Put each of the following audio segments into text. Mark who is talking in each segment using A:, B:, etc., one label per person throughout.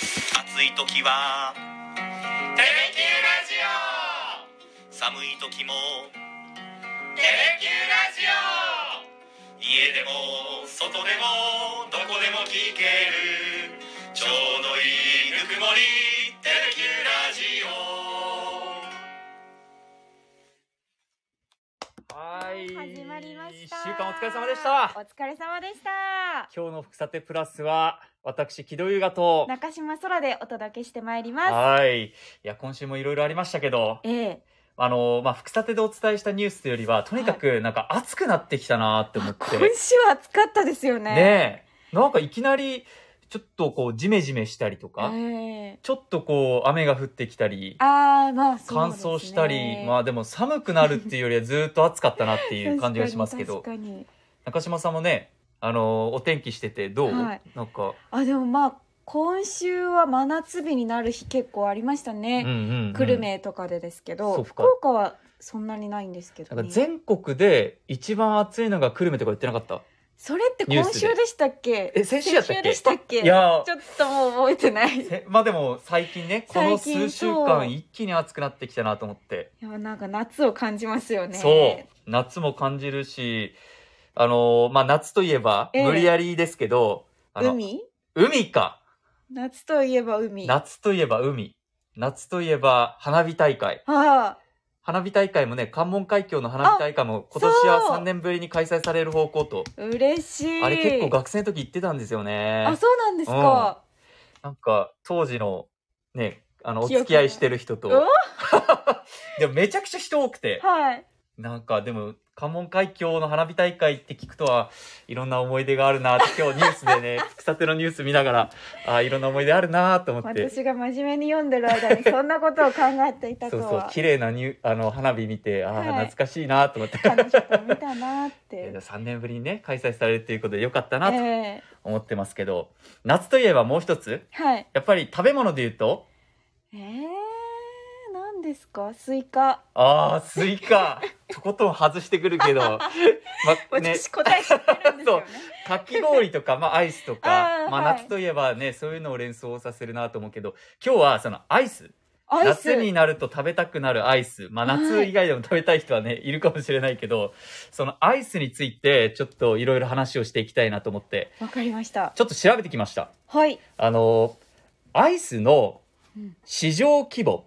A: 暑い時は
B: テレキューラジオ
A: 寒い時も
B: テレキューラジオ
A: 家でも外でもどこでも聞けるちょうどいいぬくもりテレキューラジオ
C: はい。
D: 始まりました。
C: 一週間お疲れ様でした。
D: お疲れ様でした。
C: 今日の福さてプラスは、私、木戸優雅と、
D: 中島空でお届けしてまいります。
C: はい。いや、今週もいろいろありましたけど、
D: ええ、
C: あの、まあ、福さてでお伝えしたニュースというよりは、とにかくなんか暑くなってきたなって思って。
D: 今週は暑かったですよね。
C: ねえ。なんかいきなり、ちょっとこう、ジメジメしたりとか、
D: ええ
C: ちょっとこう、雨が降ってきたり、
D: ああ、まあ、そう
C: 乾
D: ですね
C: 燥したり、まあでも寒くなるっていうよりはずーっと暑かったなっていう感じがしますけど。
D: 確かに。
C: 中島さんもね、あのーお天気しててどう、
D: はい
C: なんか、
D: 確かにあ、でも、まあ、今週は真夏日になる日結構ありました
C: うんう
D: ね。
C: んうん
D: 久留米とかでですけど、
C: そうか
D: 福岡はそんなにないんですけど、
C: なんか
D: ね。
C: 全国で一番暑いのが久留米とか言ってなかった
D: それって今週でしたっけ？
C: え先週やったっけ
D: でしたっけ？
C: いやー
D: ちょっともう覚えてない。
C: せまあでも最近ねこの
D: 最
C: 数
D: 近
C: 週
D: そう
C: 間一気に暑くなってきたなと思って、
D: いやなんか夏を感じますよね。
C: そう夏も感じるしあのーまあ夏といえば
D: ええ
C: 無理やりですけど、あの
D: 海
C: 海か
D: 夏といえば海。あ
C: 夏といえば海夏といえば花火大会
D: あ、
C: 花火大会もね関門海峡の花火大会も今年
D: そう
C: は3年ぶりに開催される方向と
D: 嬉しい。
C: あれ結構学生の時行ってたんですよね
D: あ、そうなんですか。
C: なんか、当時の、ね、あの、お
D: 記憶
C: 付き合いしてる人
D: う
C: と
D: お、
C: でもめちゃくちゃ人多くて、
D: はい。
C: なんかでも、関門海峡の花火大会って聞くとは、いろんな思い出があるなって、今日ニュースで ね、草手のニュース見ながら、あーいろんな思い出あるなと思って、
D: 私が真面目に読んでる間にそんなことを考えていた
C: そ
D: と
C: うそう
D: は、。
C: 綺麗なニュあの、花火見て、ああ、
D: はい
C: 懐かしいなと思って、
D: 彼女と見た なっ
C: いや
D: て。
C: 3年ぶりにね、開催されるっていうことでよかったなと
D: ええ
C: 思ってますけど、夏といえばもう一つ、
D: はい。
C: やっぱり食べ物で言うと、
D: ええ何ですかスイカ。
C: ああ、スイカ。とことん外してくる けど。まあね、
D: 私答え知ってるんです よね。
C: かき氷とか、まあ、アイスと
D: あ
C: か
D: ー、
C: まあ、
D: はい
C: 夏といえばね、そういうのを連想させるなと思うけど、今日はそのアイス。
D: アイス。
C: 夏になると食べたくなるアイス。まあ、
D: はい
C: 夏以外でも食べたい人はね、い、るかもしれないけど、そのアイスについて、ちょっといろいろ話をしていきたいなと思って、
D: わかりました。
C: ちょっと調べてきました。
D: はい。
C: あのー、アイスの
D: うん
C: 市場規模。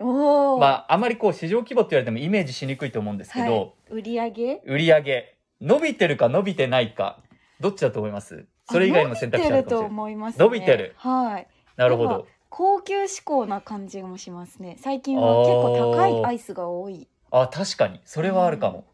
D: おお。
C: まあ、あまりこう、市場規模って言われてもイメージしにくいと思うんですけど、
D: はい。売り上げ
C: 売り上げ伸びてるか伸びてないかどっちだと思いますそれ以外の選択肢あ
D: 伸
C: る
D: びて
C: か
D: る
C: もしれな
D: と
C: い
D: 思います、ね。
C: 伸びてる
D: はい。
C: なるほ
D: なん
C: ど
D: か高級志向な感じもしますね最近は結構高いアイスが多い
C: あ確かにそれはあるかも、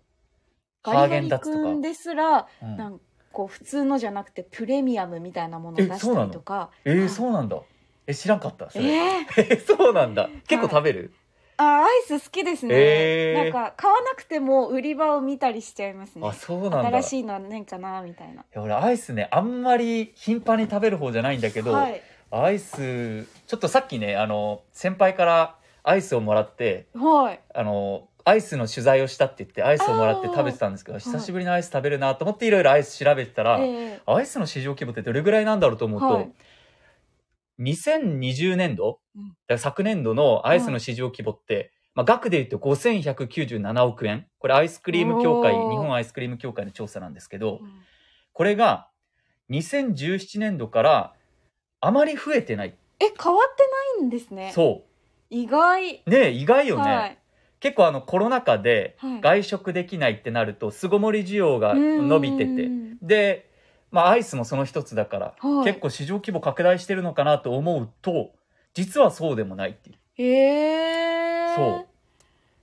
C: ハ
D: ガ
C: ーゲ
D: リ
C: ン
D: ガ
C: ダ
D: リ
C: ッツとか
D: 君ですら
C: うん
D: なんかこう普通のじゃなくてプレミアムみたいなものを出
C: えそう
D: した
C: な
D: り
C: の
D: とか
C: えー、そうなんだえ知らんかったそ
D: え
C: れ、
D: ー、
C: え そうなんだ結構食べる、
D: あアイス好きですね、
C: えー
D: なんか買わなくても売り場を見たりしちゃいますね
C: あそうなんだ
D: 新し
C: い
D: いのはねんかなみたいな
C: や俺アイスねあんまり頻繁に食べる方じゃないんだけど、
D: はい
C: アイスちょっとさっきねあの先輩からアイスをもらって
D: はい
C: あのアイスの取材をしたって言ってアイスをもらって食べてたんですけど久しぶりのアイス食べるなと思っていろいろアイス調べてたら、
D: え
C: アイスの市場規模ってどれぐらいなんだろうと思
D: ー
C: うと、
D: はい
C: 2020年度、
D: うん
C: だから昨年度のアイスの市場規模って、まあ、額で言うと5197億円。これアイスクリーム協会、日
D: おー
C: 本アイスクリーム協会の調査なんですけど
D: う、ん
C: これが2017年度からあまり増えてない。
D: え変わってないんですね
C: そ
D: 意外
C: う。ねえ意外よね。
D: はい
C: 結構あのコロナ禍で
D: はい
C: 外食できないってなると巣ごもり需要が
D: うん
C: 伸びてて、で、まあ、アイスもその一つだから、
D: はい
C: 結構市場規模拡大してるのかなと思うと実はそうでもないっていう
D: へえ
C: そう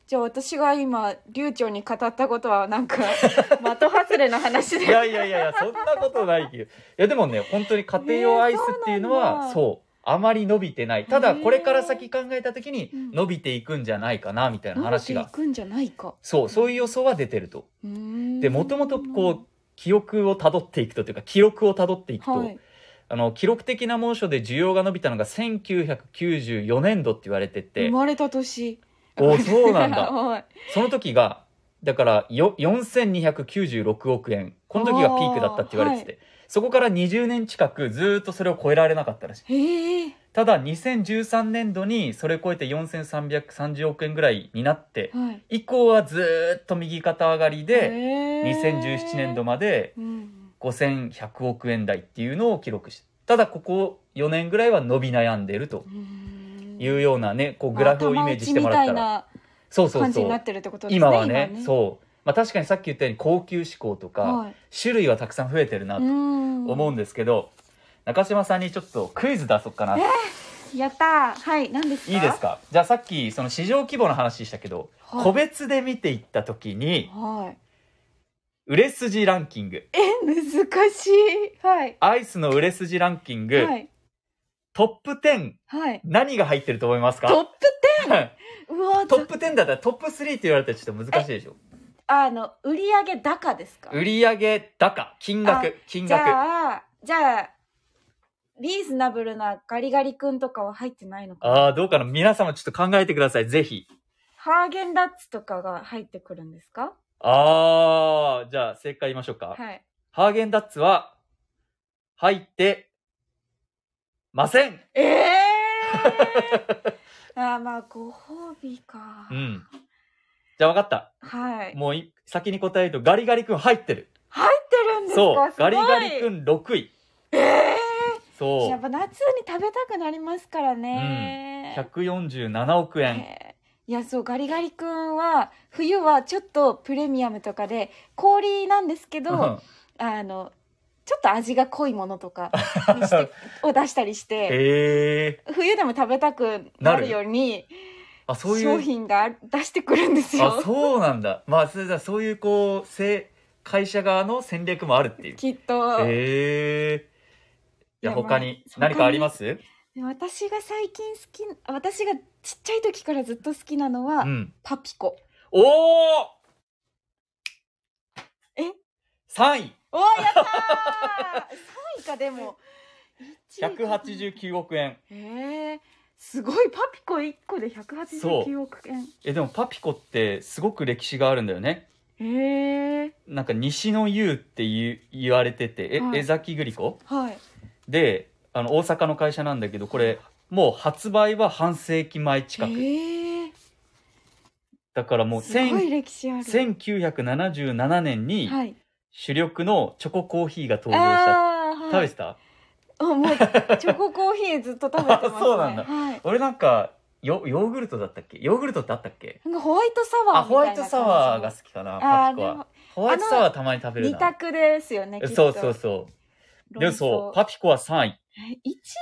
D: じゃあ私が今流暢に語ったことはな んか的外れの話
C: い
D: で
C: やいやいやい やそんなことないけどいやでもね本当に家庭用アイスっていうの
D: ねえそうなん
C: は、
D: だ
C: そうあまり伸びてないただこれから先考えた時に
D: うん
C: 伸びていくんじゃないかなみたいな話
D: 伸び
C: が
D: ていくんじゃないか
C: そうそういう予想は出てるとで
D: で
C: もともとこう記憶をたどっていくとというか記録をたどっていくと、
D: はい
C: あの記録的な猛暑で需要が伸びたのが1994年度って言われてて、
D: 生まれた年
C: おそうなんだ
D: はい
C: その時が、だからよ4296億円。この時がピークだったって言われてて、そこから20年近くずーっとそれを超えられなかったらしい。
D: へえ
C: ただ2013年度にそれを超えて4330億円ぐらいになって
D: はい
C: 以降はずーっと右肩上がりで
D: へー
C: 2017年度まで
D: うん
C: 5100億円台っていうのを記録してただここ4年ぐらいは伸び悩んでると
D: うん
C: いうようなねこうグラフをイメージしてもらったら
D: 頭打ち
C: そう
D: みた
C: そ
D: いな
C: う
D: 感じ
C: そ
D: にな
C: う
D: ってるってことですね
C: 今はねそうまあ確かにさっき言ったように高級志向とか
D: はい
C: 種類はたくさん増えてるなと思
D: 思
C: うんですけど中島さんにちょっとクイズ出そうかな
D: やったーはい何ですか
C: いいですかじゃあさっきその市場規模の話したけど、
D: はい
C: 個別で見ていった時に
D: はい
C: 売れ筋ランキング
D: え難しいはい
C: アイスの売れ筋ランキング、
D: はい
C: トップ10
D: はい
C: 何が入ってると思います
D: ト
C: か
D: ップうわ ー
C: トップ10だったらトップ3って言われたらちょっと難しいでしょ
D: あの売上高ですか
C: 売上高金
D: あ
C: 額金
D: じ
C: 額
D: ゃあじゃあリーズナブルなガリガリ君とかは入ってないのか
C: ああどうかな皆様ちょっと考えてくださいぜひ
D: ハーゲンダッツとかが入ってくるんですか
C: ああじゃあ正解言いましょうか、
D: はい
C: ハーゲンダッツは入ってません
D: ええー、 あーまあご褒美か、
C: うんじゃあ分かった
D: はい
C: もうい先に答えるとガリガリ君入ってる。
D: 入ってるんですか
C: そう。
D: すご
C: ガ
D: い
C: リガリ君6位。
D: ええー、
C: そ
D: やっ
C: う。
D: ぱ夏に食べたくなりますからね、
C: 147億円。
D: えーいやそうガリガリ君は冬はちょっとプレミアムとかで氷なんですけど、
C: うん
D: あのちょっと味が濃いものと かにしてを出したりして
C: へえ。
D: 冬でも食べたくなるように
C: あ、そうい
D: 商
C: う。
D: 品が出してくるんです
C: あ、
D: よ
C: そうなんだ。まあ、それじゃあそういうこう、せ会社側の戦略もあるっていう。
D: きっと、
C: へえ。いや、
D: いやまあ
C: 他に
D: 他に
C: 何かあります
D: 私が最近好きあ私がちっちゃい時からずっと好きなのは、
C: うん。
D: パピコ
C: おお
D: え
C: !3 位
D: おーや ったー3位かでも
C: !189 億円。
D: えー、すごいパピコ1個で
C: そう
D: 189億円
C: え、でもパピコってすごく歴史があるんだよね。
D: へえ
C: なんか西の湯って言う言われてて、え、
D: はい
C: 江崎グリコ
D: はい
C: で、あの、大阪の会社なんだけど、これ、もう発売は半世紀前近く。
D: へえ
C: だからもう
D: すごい
C: 1000、
D: 歴史ある
C: 1977年に
D: はい
C: 主力のチョココーヒーが登場した。
D: ああー
C: 食
D: は
C: べ
D: い
C: てた、
D: あもうチョココーヒーずっと食べてます、ね
C: そうなんだ
D: はい
C: 俺なんか、よ、ヨーグルトだったっけヨーグルトってあったっけ
D: なんかホワイトサワー
C: あ、
D: みたいな
C: ホワイトサワーが
D: 感
C: 好きかな、
D: じの
C: パ
D: あー
C: ピコ
D: で
C: は
D: も。
C: ホワイトサワーたまに食べる
D: 二
C: な。
D: 択ですよねきっと
C: そうそうそう。でもそう、パピコは3位。
D: 1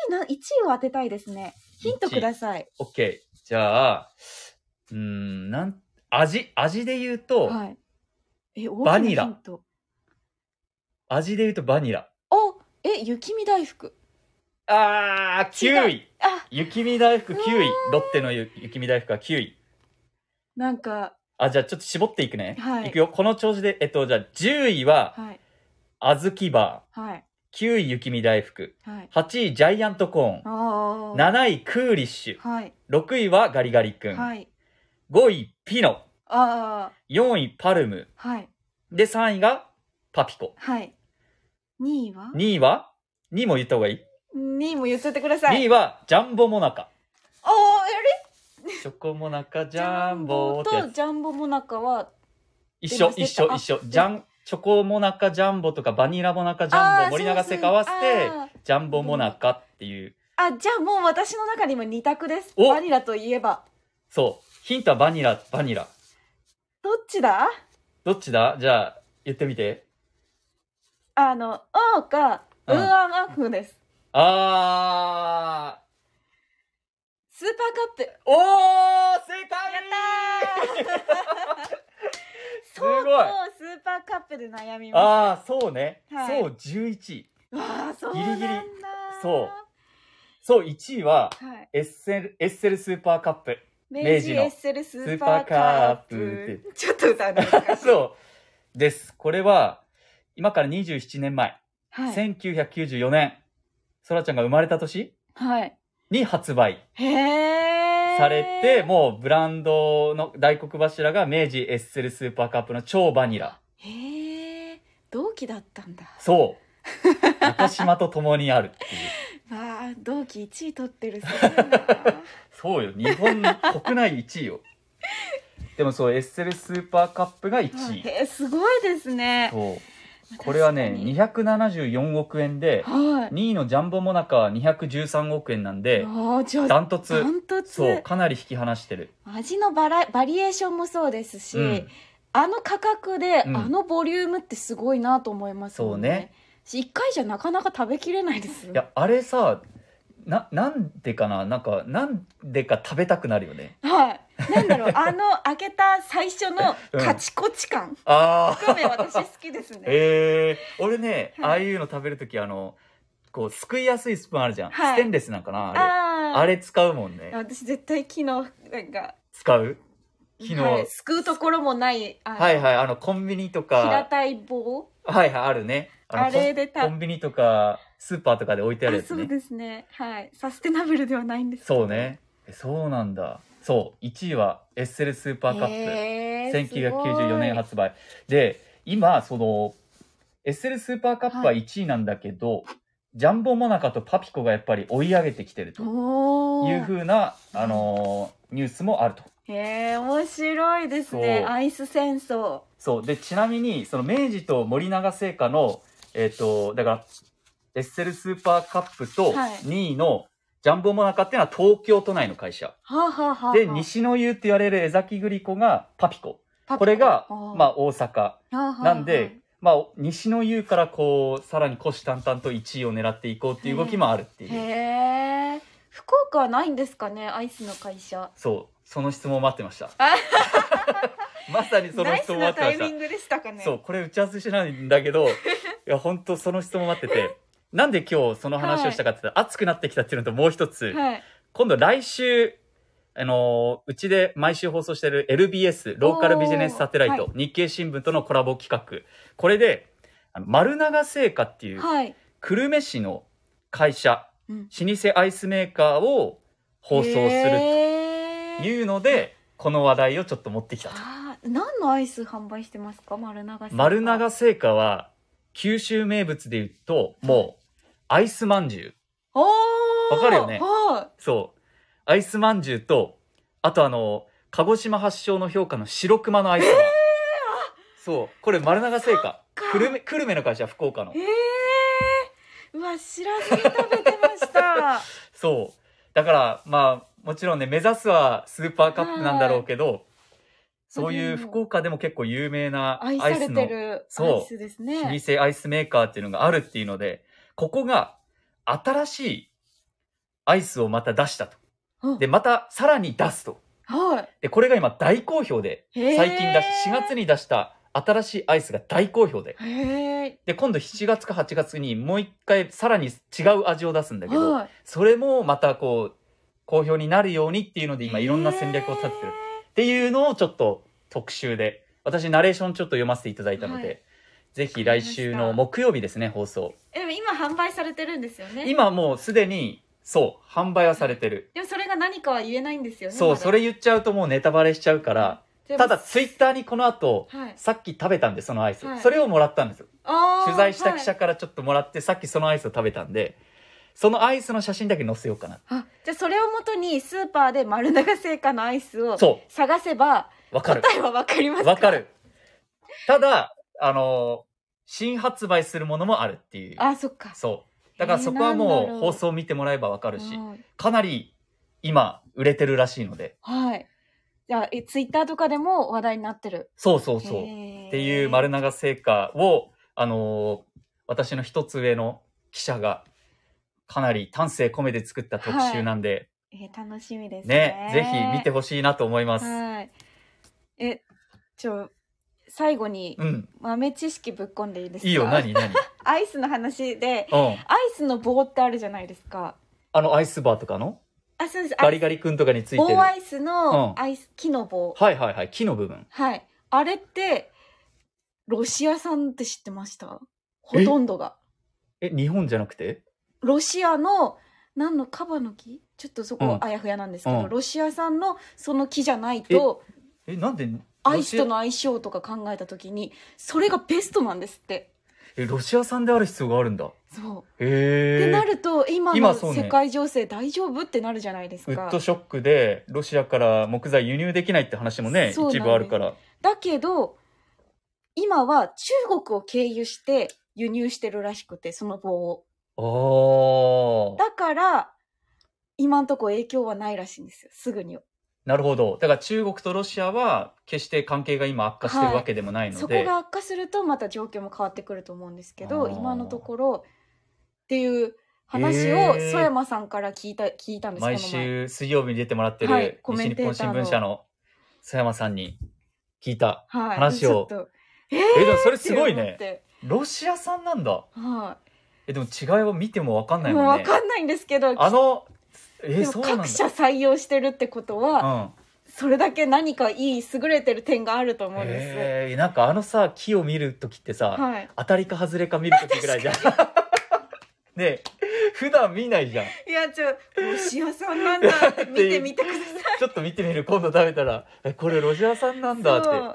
D: 位な1位を当てたいですねヒントください
C: OK。じゃあ、うーん、なん、味、味で言うと、
D: はいえ大きな
C: バニラ
D: ヒント
C: 味で言うとバニラ。
D: おえ雪見大福
C: あー、9位。
D: あ
C: 雪見大福9
D: うー
C: 位。ロッテのゆ雪見大福は9位。
D: なんか
C: あ、じゃあちょっと絞っていくね。
D: はい
C: くよ。この調子で、えっと、じゃあ10位は、
D: はい
C: あずきバ
D: はい
C: ー。9位、雪見大福。
D: はい
C: 8位、ジャイアントコーン。
D: ああ
C: 7位、クーリッシ
D: はい
C: ュ。6位はガリガリ君。
D: はい
C: 5位、ピノ。
D: ああ
C: 4位、パルム。
D: はい
C: で、3位が、パピコ。
D: はい2位は
C: 2位は、2位も言った方がいい、
D: 2位も言っといてくださ
C: ?2
D: い
C: 位は、ジャンボモナカ。
D: おおやる
C: チョコモナカジャンボーってや
D: と
C: つ。
D: ジャンボモナカは
C: 一緒、
D: 出ま
C: 一
D: した
C: 緒、一緒。ジャン、チョコモナカジャンボとかバニラモナカジャ
D: あ
C: ン
D: ー
C: ボ、森永製
D: そうそう
C: 菓合わせて
D: あー、
C: ジャンボモナカっていう。
D: あじゃあもう私の中にも2択です
C: お
D: バニラといえば
C: そう。ヒントはバニラ、バニラ。
D: どっちだ
C: どっちだじゃあ、言ってみて。
D: あの「お」か「
C: う
D: うんんあんあんふ」です
C: あ
D: スーパーカッ
C: ー。
D: プ
C: おー正解
D: す
C: ごい
D: スーパーカップで悩みま
C: あー、そうね。
D: はい
C: そう、11位。
D: すわあそう
C: ギ
D: な
C: リ
D: ん
C: ギリ
D: だ
C: そそう、1位は、
D: はい
C: エッセル、エッセルスーパーカップ。明
D: 明
C: 治
D: 治
C: の
D: エッセルスーパーカープちょっと歌うの難しい、
C: そう。です。これは、今から27年前。
D: はい
C: 1994年、そらちゃんが生まれた年
D: はい、
C: に発売
D: へえ
C: されて、もうブランドの大黒柱が明治エッセルスーパーカップの超バニラ。
D: へえ同期だったんだ
C: そう。中島と共にあるっていう。
D: わわあ同期1位取ってるすごい な
C: そうよ日本国内1位よ でもそうエッセルスーパーカップが1位、
D: へえすごいですね
C: そうこれはね
D: 確かに
C: 274億円で
D: はい
C: 2位のジャンボモナカは213億円なんで
D: ああじゃ
C: ダ
D: あ
C: ントツ
D: ダント
C: そう
D: ツ
C: かなり引き離してる、
D: 味のバラバリエーションもそうですし、
C: うん
D: あの価格で、
C: うん
D: あのボリュームってすごいなと思いますもん
C: そうね
D: し1回じゃなかなか食べきれないですよ
C: いやあれさななんでかななんかなんでか食べたくなるよね
D: はいなん だろうあの開けた最初の
C: うん
D: カチコ チ感
C: ああ
D: 含め私好きですね
C: ええ俺ね、
D: はい
C: ああいうの食べるときあのこうすくいやすいスプーンあるじゃん、
D: はい
C: ステンレスなんかなあれ
D: あー
C: あれ使うもんね
D: 私絶対木のなんか
C: 使う昨日、
D: はい、すくうところもないあの
C: はいはいあのコンビニと
D: 平
C: か
D: たい棒
C: はいはいあるねの
D: あれで
C: コ
D: た
C: ンコンビニとかスーパーとかで置いてあるや
D: あ
C: つ
D: そう
C: ね
D: ですねはいサステナブルではないんですけど
C: そうねえそうなんだそう1位はエッセルスーパーカップ、
D: へー
C: 1994年発売で今そのエッセルスーパーカップは
D: はい
C: 1位なんだけど、ジャンボモナカとパピコがやっぱり追い上げてきてる
D: す
C: と
D: ごいお
C: いうふ
D: ー
C: うな、あのーニュースもあると
D: へー面白いですね
C: そう
D: アイス戦争
C: そうでちなみにその明治と森永製菓のえっ、とだからエッセルスーパーカップと
D: はい
C: 2位のジャンボモナカっていうのは東京都内の会社、
D: はあ、はあはあはあ
C: で西の湯って言われる江崎グリコがパピコ
D: パピコ
C: これが
D: おー
C: まあ大阪
D: はあはあ
C: なんで、まあ、西の優からこうさらに虎視眈々と1位を狙っていこうっていう動きもあるっていう、
D: へえ福岡はないんですかねアイスの会社
C: そうその質問を待ってました
D: あ
C: まさにその
D: ナイ
C: 質
D: ス
C: 問を待
D: な
C: ってま
D: タ
C: し
D: イ
C: た、
D: ミングでしたかね
C: そうこれ打ち合わせしてないんだ けどいや本当その質問待っててなんで今日その話をしたかって言ったら、暑くなってきたっていうのともう一つ、
D: はい
C: 今度来週あのーうちで毎週放送してる LBS ローカルビジネスサテライト、
D: おー
C: 日経新聞とのコラボ企画これであの丸永製菓っていう
D: はい
C: 久留米市の会社
D: うん
C: 老舗アイスメーカーを放送する
D: へ
C: と
D: ー
C: いうのでこの話題をちょっと持ってきたと
D: あー何のアイス販売してますか丸長さん
C: 丸永製菓は九州名物で言うともうアイスまんじゅう
D: おー
C: わかるよね
D: は
C: そうアイスまんじゅうとあとあの鹿児島発祥の評価の白熊のアイスバーそうこれ丸永製菓
D: そっか
C: 久留米久留米の会社福岡の
D: いへえうわ知らずに食べてました
C: そうだからまあもちろんね目指すはスーパーカップなんだろうけど そういう福岡でも結構有名なアイ
D: 愛され
C: ス
D: て
C: の
D: るア
C: そう
D: イスです
C: 老
D: ね
C: 舗アイスメーカーっていうのがあるっていうので、ここが新しいアイスをまた出したと。
D: うん
C: で、またさらに出すと。
D: は
C: で、これが今大好評で、
D: いへー
C: 最近出し、4月に出した新しいアイスが大好評で。
D: へえ
C: で、今度7月か8月にもう一回さらに違う味を出すんだけど、
D: はい
C: それもまたこう、好評になるようにっていうので今いろんな戦略を立ててる。っていうのをちょっと特集で私ナレーションちょっと読ませていただいたので、
D: はい
C: ぜひ来週の木曜日ですね放送
D: へーえでも今販売されてるんですよね
C: 今もうすでにそう販売はされてる、
D: でもそれが何かは言えないんですよね
C: そう
D: まだ
C: それ言っちゃうともうネタバレしちゃうから、
D: でも
C: ただツイッターにこの後、
D: はい
C: さっき食べたんでそのアイス、
D: はい
C: それをもらったんですよ
D: あー
C: 取材した記
D: は
C: 者からちょっともらって、さっきそのアイスを食べたんでそのアイスの写真だけ載せようかない
D: あじゃあそれをもとにスーパーで丸長製菓のアイスを
C: そ
D: 探せば
C: うわか
D: 答
C: る
D: えはわかります
C: わかるただあの新発売するものもあるっていう
D: あそっか
C: そう。だからそこはも
D: えーなんだろ
C: う
D: う
C: 放送見てもらえばわかるし、
D: はい
C: かなり今売れてるらしいので、
D: はいじゃあえツイッターとかでも話題になってる
C: そうそうそう。っ
D: って
C: いう丸長製菓を、あのー私の一つ上の記者が、かなり丹精込めて作った特集なんで、
D: えー楽しみです
C: ね
D: ね、
C: ぜひ見てほしいなと思います。
D: はいえちょ最後に
C: うん、
D: 豆知識ぶっこんでいいですか
C: いいよ、何、何。
D: アイスの話で
C: うん。
D: アイスの棒ってあるじゃないですか
C: あの、アイスバーとかの
D: あそうです
C: ガリガリ君とかについてる。
D: 棒ア
C: はい
D: イス
C: う
D: の
C: ん
D: アイス、木の棒
C: はいはい、木の部分。
D: はいあれってロシア産って知ってましたほとんどが
C: え、日本じゃなくて
D: ロシアの何のカバの木ちょっとそこ
C: うん
D: あやふやなんですけど、
C: うん
D: ロシア産のその木じゃないと
C: え、なんで
D: アイスと
C: ロ
D: の相性とか考えた時にそれがベストなんですって
C: シえロシア産である必要があるんだへ
D: そうって
C: え
D: なると今
C: 今
D: の
C: そうね
D: 世界情勢大丈夫ってなるじゃないです
C: ウ
D: か
C: ッドショックでロシアから木材輸入できないって話もね
D: そうなんです
C: 一部あるから
D: だけど今は中国を経由して輸入してるらしくてその棒を
C: あー
D: だから今んとこ影響はないらしいんですよすぐには
C: なるほどだから中国とロシアは決して関係が今悪化してるわけでもないの
D: そ
C: で、
D: こが悪化するとまた状況も変わってくると思うんですけど
C: あー
D: 今のところっていう話を
C: へー
D: 曽山さんから聞いた聞いたんですこの
C: 毎
D: 前
C: 週水曜日に出てもらってる、
D: はいコメ
C: 西
D: ン
C: 日
D: テーターの
C: 本新聞社の佐山さんに聞いた
D: はい、
C: 話を
D: ちょっと
C: えでもそれ
D: って
C: すごい
D: 思っ
C: ね
D: て
C: ロシア産なんだ
D: は、
C: えでも違いは見ても分かんないい
D: もう
C: もん
D: わ
C: ね
D: かんないんですけど
C: あのえ
D: で
C: そ
D: も
C: うなんだ
D: 各社採用してるってことは、
C: うん
D: それだけ何かいい優れてる点があると思うんで
C: えー、なんかあのさ木を見る時ってさ、
D: す。はい。
C: 当たりか外れか見る時ぐらいじゃん ねえ普段見ないじゃん
D: いやちょロシアさんなんだって見てみてくださ
C: ちょっと見てみる今度食べたらえこれロシア産なん
D: い。
C: だ
D: そう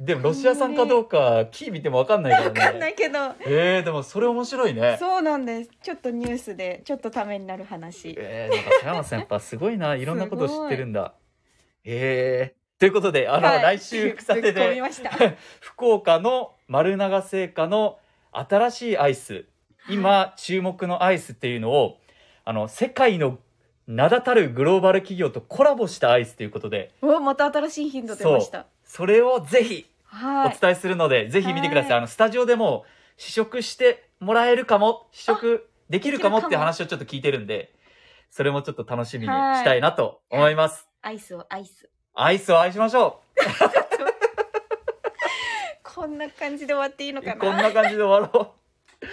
C: ってでもロシア産かどうか木見ても分かんないからね
D: わかんないけど、
C: えー、でもそれ面白いね
D: そうなんです。ちょっとニュースでちょっとためになる話。
C: えー、なんか佐山さんやっぱすごいないろんなこと知ってるんだえー、ということであの、
D: はい
C: 来週草手
D: ぶっ込み
C: で
D: ました。
C: 福岡の丸永製菓の新しいアイス今注目のアイスっていうのをあの世界の名だたるグローバル企業とコラボしたアイスということで
D: おまた新しい頻度出ました。
C: それをぜひ
D: は
C: お
D: い。
C: 伝えするので、ぜひ見てください、
D: はい
C: あのスタジオでも試食してもらえるかも試食できるかもっていう話をちょっと聞いてるんでそれもちょっと楽しみにしたいなと思います、
D: アイスをアイス。
C: アイスを愛しましょ
D: こんな感じで終わっていいの
C: う
D: か
C: こん
D: な。
C: な感じで終わろ う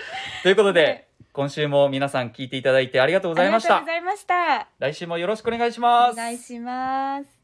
C: ということで、
D: はい
C: 今週も皆さん聞いていただいてありがとうございまし
D: ありがとう
C: た
D: ございました。
C: 来週もよろしくお願いし
D: お
C: ます
D: 願いします。